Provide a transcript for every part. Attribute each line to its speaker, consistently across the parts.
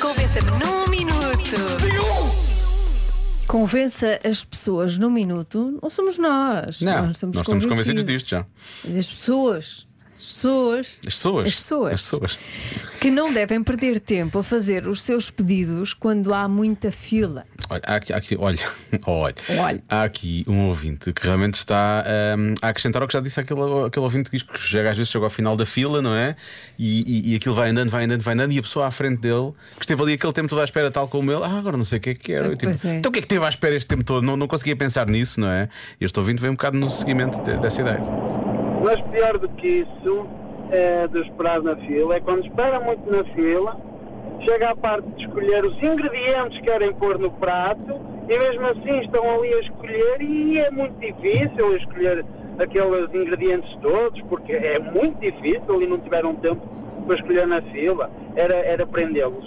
Speaker 1: Convença-me num minuto.
Speaker 2: Convença as pessoas num minuto, não somos nós.
Speaker 3: Não,
Speaker 2: nós somos
Speaker 3: estamos convencidos disto já.
Speaker 2: As pessoas. As pessoas.
Speaker 3: As pessoas.
Speaker 2: As pessoas.
Speaker 3: As pessoas.
Speaker 2: Que não devem perder tempo a fazer os seus pedidos quando há muita fila.
Speaker 3: Olha, há aqui, há aqui- olha, olha,
Speaker 2: Olha.
Speaker 3: há aqui um ouvinte que realmente está hum, a acrescentar ao que já disse aquele, aquele ouvinte que diz que chega, às vezes chega ao final da fila, não é? E, e, e aquilo vai andando, vai andando, vai andando, e a pessoa à frente dele, que esteve ali aquele tempo todo à espera, tal como ele, ah, agora não sei o que é que era. Eu, tipo,
Speaker 2: Pois é.
Speaker 3: Então o que é que esteve à espera este tempo todo? Não, não conseguia pensar nisso, não é? E Este ouvinte vem um bocado no seguimento de- dessa ideia.
Speaker 4: Mas pior do que isso, é, de esperar na fila, é quando espera muito na fila, chega à parte de escolher os ingredientes que querem pôr no prato e mesmo assim estão ali a escolher e é muito difícil escolher aqueles ingredientes todos, porque é muito difícil e não tiveram tempo para escolher na fila. Era, era prendê-los.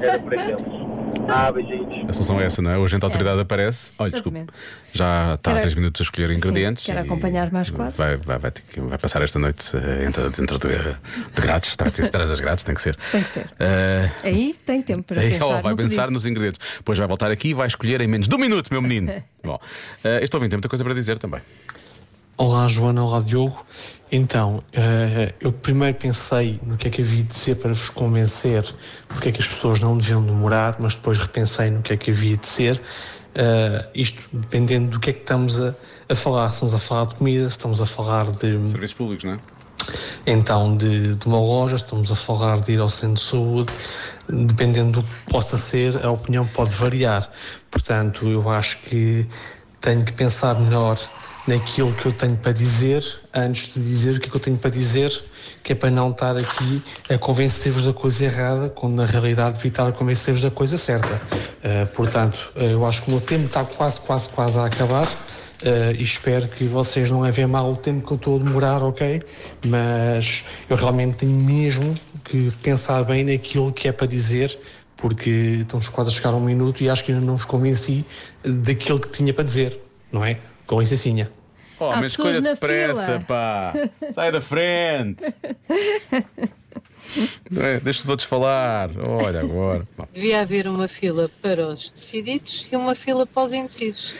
Speaker 4: Era prendê-los. Ah, beijinhos.
Speaker 3: A solução é essa, não é? Hoje a gente a autoridade aparece. Olha, desculpe,
Speaker 2: Exatamente.
Speaker 3: já está há
Speaker 2: Quero-
Speaker 3: 3 minutos a escolher ingredientes.
Speaker 2: quero
Speaker 3: e
Speaker 2: acompanhar mais quatro.
Speaker 3: Vai, vai, vai, ter que- vai passar esta noite eh, entre, entre de, de grátis, traz traz as grátis, tem que ser.
Speaker 2: Tem que ser.
Speaker 3: Eh,
Speaker 2: Aí tem tempo para
Speaker 3: Aí
Speaker 2: pensar.
Speaker 3: ela vai
Speaker 2: no
Speaker 3: pensar
Speaker 2: pedido.
Speaker 3: nos ingredientes. Depois vai voltar aqui e vai escolher em menos de um minuto, meu menino. Bom, eh, este ouvinte tem muita coisa para dizer também.
Speaker 5: Olá Joana, olá Diogo. Então, eh, eu primeiro pensei no que é que havia de ser para vos convencer porque é que as pessoas não deviam demorar, mas depois repensei no que é que havia de ser. Eh, isto dependendo do que é que estamos a, a falar. Se estamos a falar de comida, se estamos a falar de,
Speaker 3: Serviços públicos, não é?
Speaker 5: então de, de uma loja, estamos a falar de ir ao centro de saúde, dependendo do que possa ser, a opinião pode variar. Portanto, eu acho que tenho que pensar melhor naquilo que eu tenho para dizer antes de dizer o que é que eu tenho para dizer, que é para não estar aqui a convencer-vos da coisa errada, quando na realidade devia estar a convencer-vos da coisa certa. Eh, portanto, eh, eu acho que o meu tempo está quase, quase, quase a acabar. Uh, e espero que vocês não levem a mal o tempo que eu estou a demorar, ok? Mas eu realmente tenho mesmo que pensar bem naquilo que é para dizer, porque estamos quase a chegar a um minuto e acho que ainda não vos convenci daquilo que tinha para dizer, não é? Com licencinha.
Speaker 3: Oh,
Speaker 2: Há
Speaker 3: mas
Speaker 2: pessoas
Speaker 3: escolha
Speaker 2: na
Speaker 3: depressa,
Speaker 2: fila.
Speaker 3: pá! Sai da frente! Não é? Deixa os outros falar. Olha agora. Bom.
Speaker 6: Devia haver uma fila para os decididos e uma fila para os indecisos.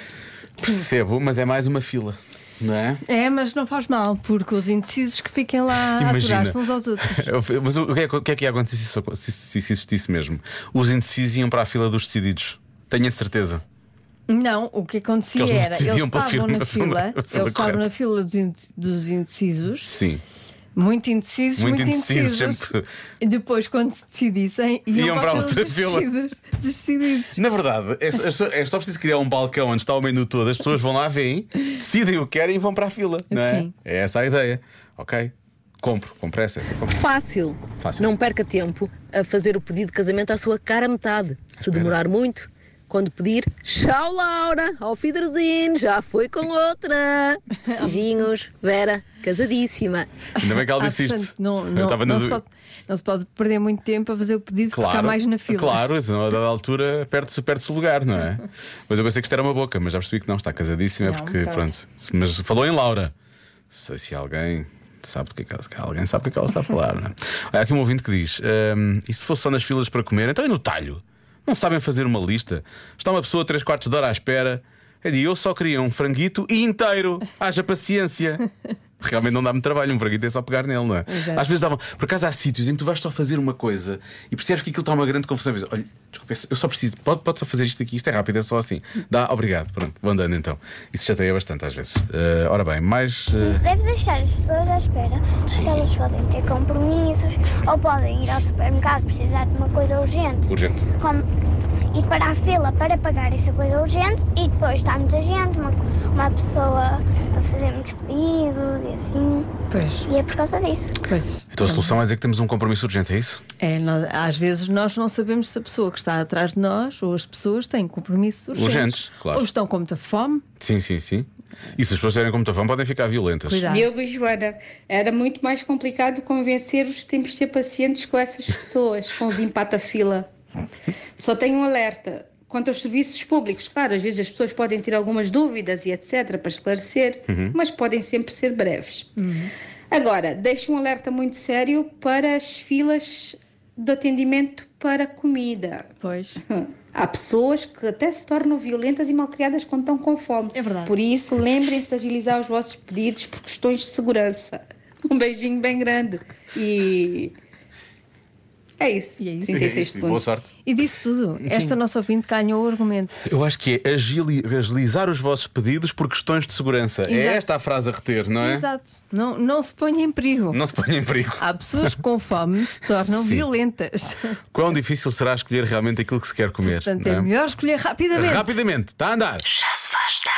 Speaker 3: Percebo, mas é mais uma fila, não é?
Speaker 2: É, mas não faz mal, porque os indecisos que fiquem lá a
Speaker 3: Imagina.
Speaker 2: Ah, aturar-se uns aos outros.
Speaker 3: Eu- Mas o que é, o que é que ia acontecer se isso acon- se, se isso existisse mesmo? Os indecisos iam para a fila dos decididos. Tenho a certeza.
Speaker 2: Não, o que acontecia
Speaker 3: Porque eles
Speaker 2: era,
Speaker 3: não
Speaker 2: eles
Speaker 3: decidiam para a
Speaker 2: estavam
Speaker 3: fila-
Speaker 2: na fila,
Speaker 3: na fila
Speaker 2: eles estavam
Speaker 3: correta.
Speaker 2: na fila dos inde- dos indecisos,
Speaker 3: Sim.
Speaker 2: Muito indecisos,
Speaker 3: Muito
Speaker 2: muito,
Speaker 3: indecisos,
Speaker 2: indecisos.
Speaker 3: sempre.
Speaker 2: E depois, quando se decidissem, iam,
Speaker 3: Iam
Speaker 2: para,
Speaker 3: para
Speaker 2: a fila
Speaker 3: outra
Speaker 2: dos
Speaker 3: fila.
Speaker 2: Decididos, Desdecididos.
Speaker 3: Na verdade, é, só- é só- é só preciso criar um balcão onde está o menu todo. As pessoas vão lá, veem, decidem o que querem e vão para a fila. Não é?
Speaker 2: Sim.
Speaker 3: é essa a ideia. Ok? Compro, com pressa, essa compro.
Speaker 7: Fácil.
Speaker 3: Fácil.
Speaker 7: Não perca tempo a fazer o pedido de casamento à sua cara a metade. Se demorar muito, quando pedir, tchau Laura, ao Fiderzinho, já foi com outra. Beijinhos, Vera, casadíssima.
Speaker 3: Ainda bem que ela
Speaker 2: Ah,
Speaker 3: disse
Speaker 2: portanto,
Speaker 3: isto.
Speaker 2: não,
Speaker 3: Eu
Speaker 2: não,
Speaker 3: estava na
Speaker 2: não se
Speaker 3: dúvida.
Speaker 2: pode, não se pode perder muito tempo a fazer o pedido que está mais na fila.
Speaker 3: Claro, senão a dada altura perde-se perde o lugar, não é? mas eu pensei que isto era uma boca, mas já percebi que não, está casadíssima, é
Speaker 2: Não,
Speaker 3: porque
Speaker 2: pronto.
Speaker 3: pronto. Se- Mas falou em Laura. Não sei se alguém sabe do que é que ela, que alguém sabe do que é que ela está a falar, não é? Há aqui um ouvinte que diz: "Hum, e se fosse só nas filas para comer, então e no talho? Não sabem fazer uma lista? Está uma pessoa 3 quartos de hora à espera. É de eu só queria um franguito e inteiro. Haja paciência. Realmente não dá-me trabalho, um franguito é só pegar nele, não é?
Speaker 2: Exato.
Speaker 3: Às vezes dava. Por acaso há sítios em que tu vais só fazer uma coisa e percebes que aquilo está uma grande confusão. Mas, olha, desculpa, eu só preciso. Pode, pode só fazer isto aqui, isto é rápido, é só assim. Dá, obrigado. Pronto, vou andando então. Isso chateia bastante às vezes. Eh, ora bem, mais. eh,
Speaker 8: Se deve deixar as pessoas à espera.
Speaker 3: Sim.
Speaker 8: Elas podem ter compromissos ou podem ir ao supermercado precisar de uma coisa urgente.
Speaker 3: Urgente.
Speaker 8: Como ir para a fila para pagar essa coisa urgente e depois está muita gente, uma, uma pessoa a fazer muitos pedidos e assim.
Speaker 2: Pois,
Speaker 8: E é por causa disso.
Speaker 2: pois.
Speaker 3: Então a solução é dizer que temos um compromisso urgente, é isso?
Speaker 2: É, nós- às vezes nós não sabemos se a pessoa que está atrás de nós ou as pessoas têm compromissos urgentes.
Speaker 3: Urgentes, claro.
Speaker 2: Ou estão com muita fome.
Speaker 3: Sim, sim, sim. E se as pessoas tiverem como tafão, podem ficar violentas.
Speaker 2: Cuidado.
Speaker 9: Diogo e Joana, era muito mais complicado convencer-vos que temos de ser pacientes com essas pessoas, com os empata-fila. Só tenho um alerta. Quanto aos serviços públicos, claro, às vezes as pessoas podem ter algumas dúvidas e etc. para esclarecer, mas podem sempre ser breves. Agora, deixo um alerta muito sério para as filas de atendimento para comida.
Speaker 2: Pois.
Speaker 9: Há pessoas que até se tornam violentas e malcriadas quando estão com fome.
Speaker 2: É verdade.
Speaker 9: Por isso, lembrem-se de agilizar os vossos pedidos por questões de segurança. Um beijinho bem grande. E. É isso.
Speaker 2: E é isso.
Speaker 9: 36
Speaker 3: É isso, e
Speaker 9: segundos.
Speaker 3: boa sorte.
Speaker 2: E disse tudo. Esta nossa ouvinte ganhou o argumento.
Speaker 3: Eu acho que é agili- agilizar os vossos pedidos por questões de segurança. É
Speaker 2: Exato.
Speaker 3: esta a frase a reter, não é?
Speaker 2: Exato. Ah. Não, não se ponha em perigo.
Speaker 3: Não se ponha em perigo.
Speaker 2: Há pessoas que com fome se tornam
Speaker 3: Sim.
Speaker 2: violentas.
Speaker 3: Quão difícil será escolher realmente aquilo que se quer comer?
Speaker 2: Portanto,
Speaker 3: não
Speaker 2: é
Speaker 3: é?
Speaker 2: melhor escolher rapidamente.
Speaker 3: Rapidamente, está a andar.
Speaker 1: Já se faz tarde.